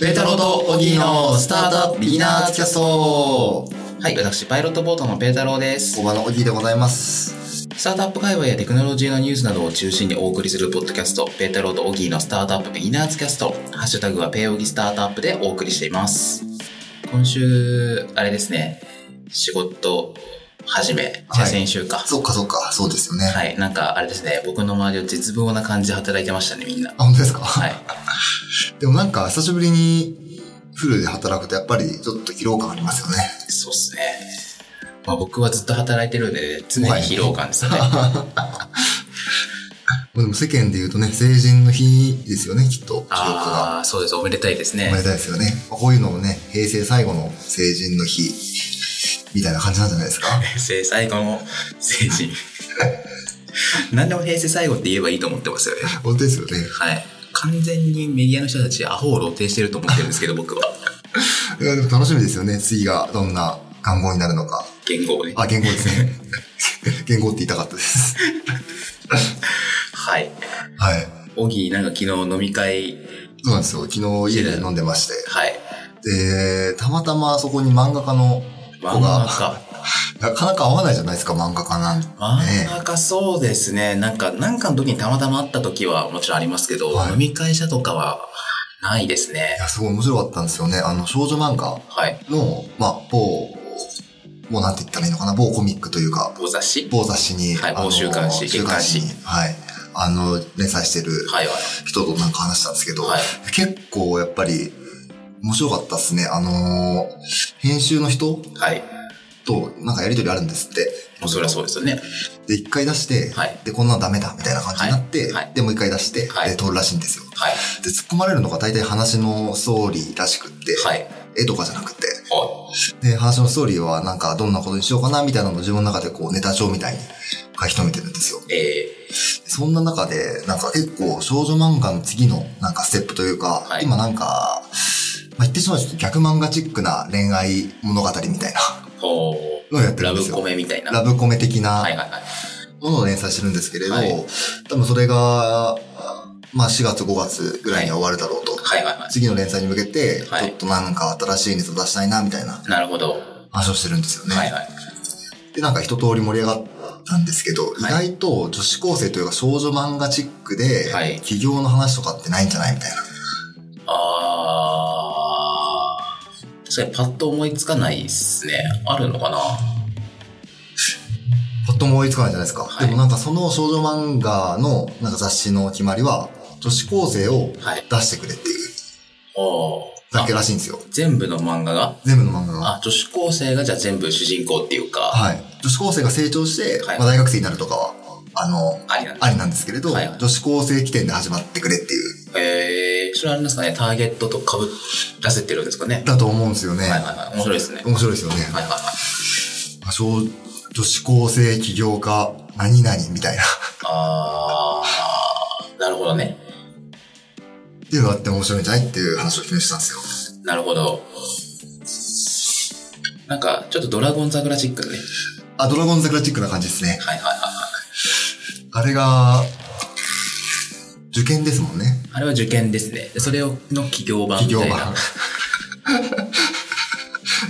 ベタロとオギーのスタートアップビギナーズキャストはい、私、パイロットボートのペータローです小。場のオギーでございます。スタートアップ会話やテクノロジーのニュースなどを中心にお送りするポッドキャスト、ペータローとオギーのスタートアップビギナーズキャスト、ハッシュタグはペーオギスタートアップでお送りしています。今週、あれですね、仕事始め、じゃあはい先週か。そっかそっか、そうですよね。はい、なんかあれですね、僕の周りは絶望な感じで働いてましたね、みん な。あ、本当ですか、はい。でもなんか久しぶりにフルで働くとやっぱりちょっと疲労感ありますよね。そうっすね。まあ、僕はずっと働いてるんで、常に疲労感ですね。でも世間で言うとね、成人の日ですよね、きっと。記憶が。ああ、そうです。おめでたいですおねめ。でたいですよね。こういうのもね、平成最後の成人の日、みたいな感じなんじゃない ですか。平成最後の成 人。何でも平成最後って言えばいいと思ってますよね。本当ですよね。はい。完全にメディアの人たち、アホを露呈してると思ってるんですけど、僕 は。いや、でも楽しみですよね。次がどんな願望になるのか。言語をね。あ、言語ですね。 言語って言いたかったです。はい。はい。オギー、なんか昨日飲み会、そうなんですよ。昨日家で飲んでまして。はい。で、たまたまそこに漫画家の漫画子が、家。なかなか会わないじゃないですか、漫画家なんてね。漫画家そうですね。なんか、なんかの時にたまたま会った時はもちろんありますけど、はい飲み会社とかはないですねい。や、すごい面白かったんですよね。あの、少女漫画はい。の、まあ、某、もうなんて言ったらいいのかな、某コミックというか、お雑誌某雑誌に、はいあの某週刊誌週刊誌に月はい。あの、連載してるはいはい。人となんか話したんですけど、はい。結構やっぱり、面白かったですね。あのー編集の人はい。となんかやりとりあるんですって。もうそりゃそうですよね。で、一回出して、はいで、こんなのダメだみたいな感じになって、はいはいで、もう一回出して、はいで、通るらしいんですよ。はい。で、突っ込まれるのが大体話のストーリーらしくって、はい。絵とかじゃなくて、はで、話のストーリーはなんかどんなことにしようかなみたいなのを自分の中でこうネタ帳みたいに書き留めてるんですよ。い。えそんな中で、なんか結構少女漫画の次のなんかステップというか、はい今なんか、まあ、言ってしまうと逆漫画チックな恋愛物語みたいなー、ほう。のをやってるラんでブすよ。コメみたいな。ラブコメ的なはいはいはい。ものを連載してるんですけれど、はい多分それが、まあ4月5月ぐらいには終わるだろうと。はいはいは次の連載に向けて、はい。ちょっとなんか新しいネタ出したいなみたいないなるほど。話をしてるんですよね。はいはい。で、なんか一通り盛り上がったんですけど、い意外と女子高生というか少女漫画チックで、はい企業の話とかってないんじゃないみたいな。あー。確かにパッと思いつかないっすね。あるのかなとっても思いつかないじゃないですか。はいでもなんかその少女漫画のなんか雑誌の決まりは、女子高生をはい。出してくれっていうおー。だけあらしいんですよ。全部の漫画が全部の漫画が。あ、女子高生がじゃあ全部主人公っていうか、はい。女子高生が成長して、はいまあ大学生になるとかは、あの、ありなんだ。ありなんですけれど、はいはい女子高生起点で始まってくれっていう、えー、それはあれですかね、ターゲットと被らせてるんですかね。だと思うんですよね。はいはいはい。面白いですね。面白いですよね。はいはいはい。まあ小女子高生起業家、何々みたいな。あー、なるほどね。っていうのがあって面白いんじゃないっていう話を昨日したんですなるほど。なんか、ちょっとドラゴン桜チックだね。よ。あ、ドラゴン桜チックな感じですね。はいはいはい。あれが、受験ですもんね。あれは受験ですね。でそれをの企業版み企業たい版。な。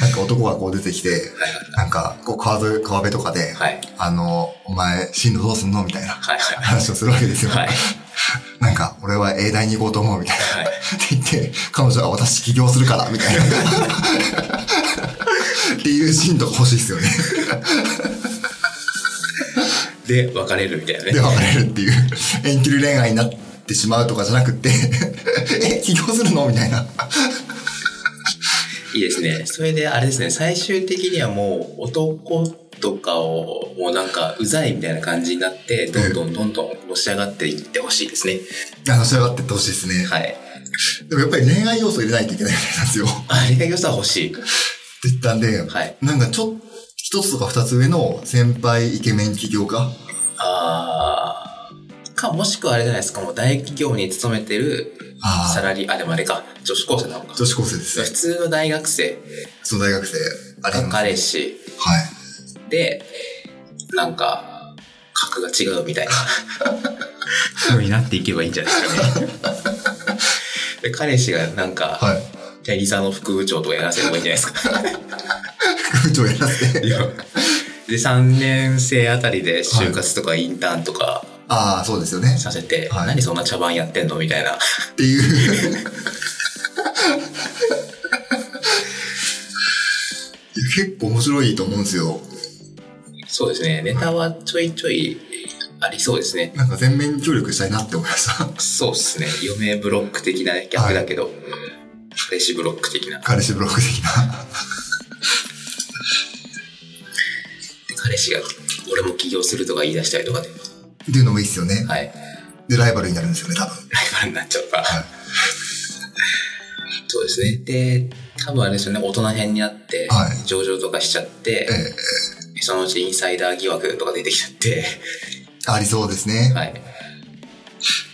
なんか男がこう出てきて、なんかこう川沿い川辺とかで、はい。あの、お前進路どうすんのみたいなはいはい話をするわけですよ。はい。はい。 なんか俺は永大に行こうと思うみたいな。はい。 って言って、彼女が私起業するから、みたいな。 っていうシーンとか欲しいで すよね。で、別れるみたいなねで、。別れるっていう。遠距離恋愛になってしまうとかじゃなくって、 え、起業するのみたいな。いいですね。それであれですね、最終的にはもう男とかをもうなんかうざいみたいな感じになって、どんどんどんどんのし上がっていってほしいですね。あの、仕上がってってほしいですね。はい。でもやっぱり恋愛要素入れないといけないみたいなんですよ。っあれが良さ欲しい。て言ったんで、はい。なんかちょっと、一つとか二つ上の先輩イケメン起業家あー。か、もしくはあれじゃないですか、もう大企業に勤めてるあサあ、ラリー、あ、でもあれか、女子高生なのか。女子高生ですね普。通の大学生そう、大学生。ありがます彼氏はい。で、なんか、格が違うみたいな 風になっていけばいいんじゃないですかね。で彼氏がなんか、はい。じゃあ、リサの副部長とかやらせればいいんじゃないですか。副部長やらせて。いや で、3年生あたりで就活とかインターンとか ああ、そうですよね。させて、はい何そんな茶番やってんのみたいな。っていう。いや結構面白いと思うんですよ。そうですね。ネタはちょいちょいありそうですね。なんか全面協力したいなって思いました。そうですね。余命ブロック的なね、逆だけど、彼氏ブロック的な。彼氏ブロック的な。で彼氏が、俺も起業するとか言い出したりとかね。っていうのもいいですよね。はい。ライで、ライバルになるんですよね、多分。バルになっちゃうからはい。そうですね。で、多分あれですよね、大人編になって、はい上場とかしちゃって、ええそのうちインサイダー疑惑とか出てきちゃって、ありそうですね。はい。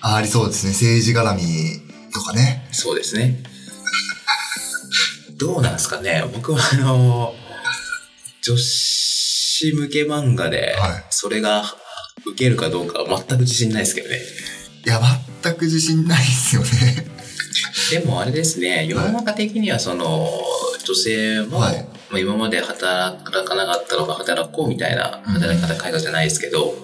ありそうですね。政治絡みとかね。そうですね。どうなんですかね僕はあの、女子向け漫画ではい、それが受けるかどうかは全く自信ないですけどね。いや、全く自信ないですよね。でもあれですね、世の中的にはその、女性も、はいまあ今まで働かなかったのが働こうみたいな、うん働き方改革じゃないですけど、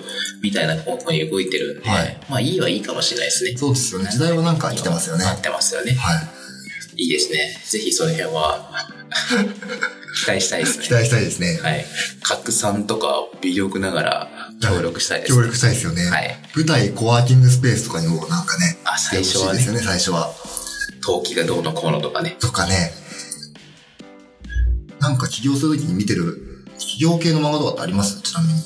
みたいな方向に動いてるんで、はいまあいいはいいかもしれないですね。そうですよね。時代はなんか来てますよね。合はってますよね。い。いいですね。ぜひその辺は、 期待したいですね。期待したいですね。はい。拡散とか微力ながら協力したいです、協力したいですよね。はい。舞台、コワーキングスペースとかにもなんかね、あ、最初してほはしいでねす、よね、最初は。陶器がどうのこうのとかね。とかね。なんか起業するときに見てる、起業系の漫画とかってありますちなみに。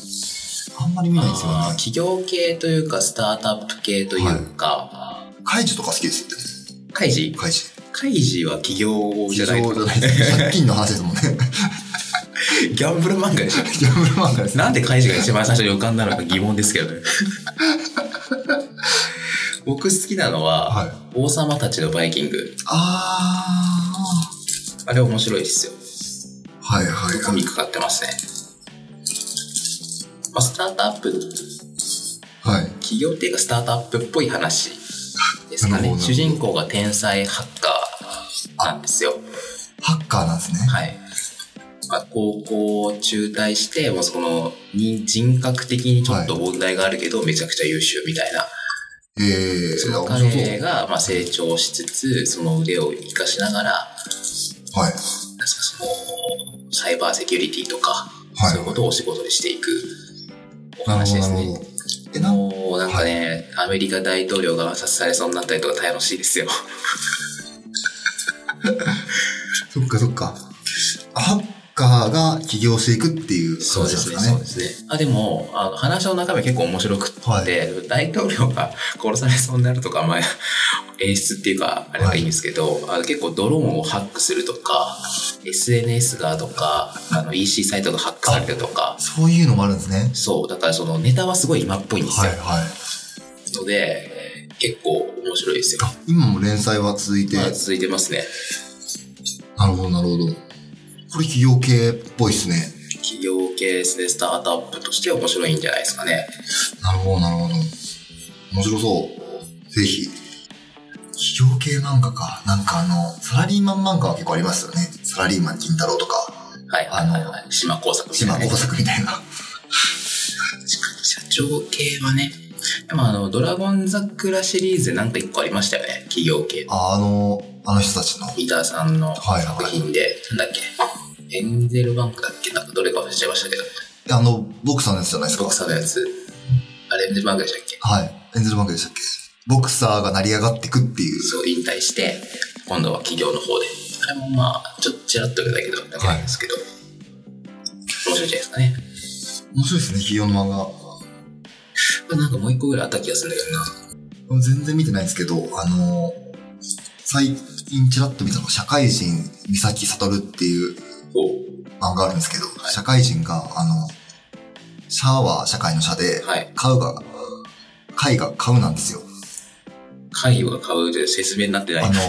あんまり見ないんですよあーね。企業系というか、スタートアップ系というか、カイジとか好きですよね。カイジカイジ。カイジは企業じゃない起業じゃないです。借金の話 ですもんね。ギャンブル漫画でしょ。ギャンブル漫画です。なんでカイジが一番最初に浮かんだのか疑問ですけどね。 僕好きなのは、はい。王様たちのバイキング。ああれ面白いですよ。ー。はいはいコはミい。ック買ってますね。まあ、スタートアップ、はい。企業っていうかスタートアップっぽい話ですかなるねほ。ど主人公が天才ハッカーなんですよ。ハッカーなんですね。はい。まあ、高校を中退して、もうそのに人格的にちょっと問題があるけど、めちゃくちゃ優秀みたいな。えー、その面白そう。彼がまあ成長しつつ、その腕を活かしながら、はい。なんですかそのサイバーセキュリティとか、はいそういうことをお仕事にしていくお話ですね。ど。え、なんもうなんかね、アメリカ大統領が暗殺されそうになったりとか楽しいですよ。そっかそっか。ハッカーが起業していくっていう話そなうんでですすね、かそうねで。すね。あ、でも、あの話の中身結構面白くって、は大統領が殺されそうになるとか、まあ、演出っていうか、あれがいいんですけど、あの結構ドローンをハックするとか、SNS がとか、あの EC サイトがハックされるとか、そういうのもあるんですね。そう、だからそのネタはすごい今っぽいんですはいよ。はい。ので、結構面白いですよ。今も連載は続いて、まあ、続いてますね。なるほどなるほどこれ企業系っぽいっすね企業系ですね、スタートアップとしては面白いんじゃないですかね。なるほどなるほど面白そうぜひ企業系漫画かなんかあのサラリーマン漫画は結構ありますよねサラリーマン金太郎とかはい、はいはいはい。島工作みたい島なね工作みたいな社長系はね、でもあの、ドラゴン桜シリーズでなんか一個ありましたよね、企業系。ああのあの人たちのはい三田さんのは作い品で、なんだっけ、エンゼルバンクだっけなんかどれか忘れちゃいましたけど、あのボクサーのやつじゃないですかボクサーのやつ、あれエンゼルバンクでしたっけはいエンゼルマークでしたっけボクサーが成り上がってくっていうそう、引退して、今度は企業の方で。あれもまあ、ちょっとちらっとだけど、だけなんですけど、面白いんじゃないですかね。面白いですね企業の漫画これなんかもう一個ぐらいあった気がするんだけどな。全然見てないんですけど、あの最近ちらっと見たのが社会人、三崎悟っていうお漫画あるんですけど、はい社会人が、あの、シャーは社会の社で、はい。買うが、会が買うなんですよ。会を買うで説明になってないあ。の、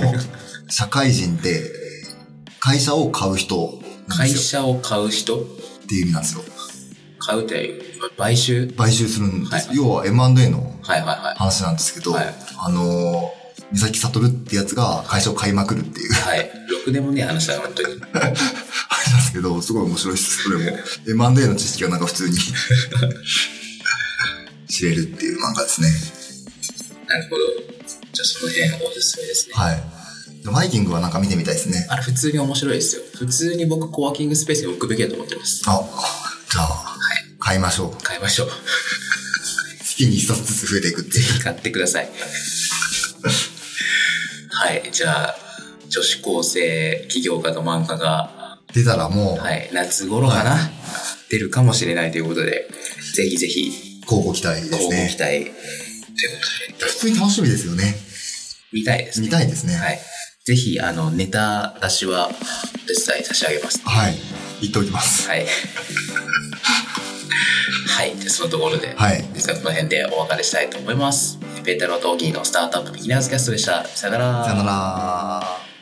社会人って、会社を買う人なん会ですよ社を買う人っていう意味なんですよ。買うって買収買収するんです。はい要は M&A のはいはいは話なんですけど、はいあの、三崎悟ってやつが会社を買いまくるっていう。 い。はい。ロくでもねえ話だよ、本当に。あれなんですけど、すごい面白いです、それも。M&A の知識がなんか普通に 知れるっていう漫画ですね。なるほど。じゃあその辺おすすめですね。はい。バイキングはなんか見てみたいですね。あれ普通に面白いですよ。普通に僕、コワーキングスペースに置くべきだと思ってます。あ、じゃあ、買いましょう。買いましょう。 月に一冊ずつ増えていくってぜいう。ひ買ってください。はい、じゃあ、女子高生起業家と漫画が、出たらもう、はい、夏頃かな、出るかもしれないということで、ぜひぜひ、交互期待で交す互ね期。待、ということで、普通に楽しみですよね。見たいですね。見たいですね。はい。ぜひ、あの、ネタ出しは、お手伝い差し上げます。はい。言っておきます。はい。 はい。じゃあそのところで、はい。実はこの辺でお別れしたいと思います。ペータローとオギーのスタートアップビギナーズキャストでした。さよならさよなら。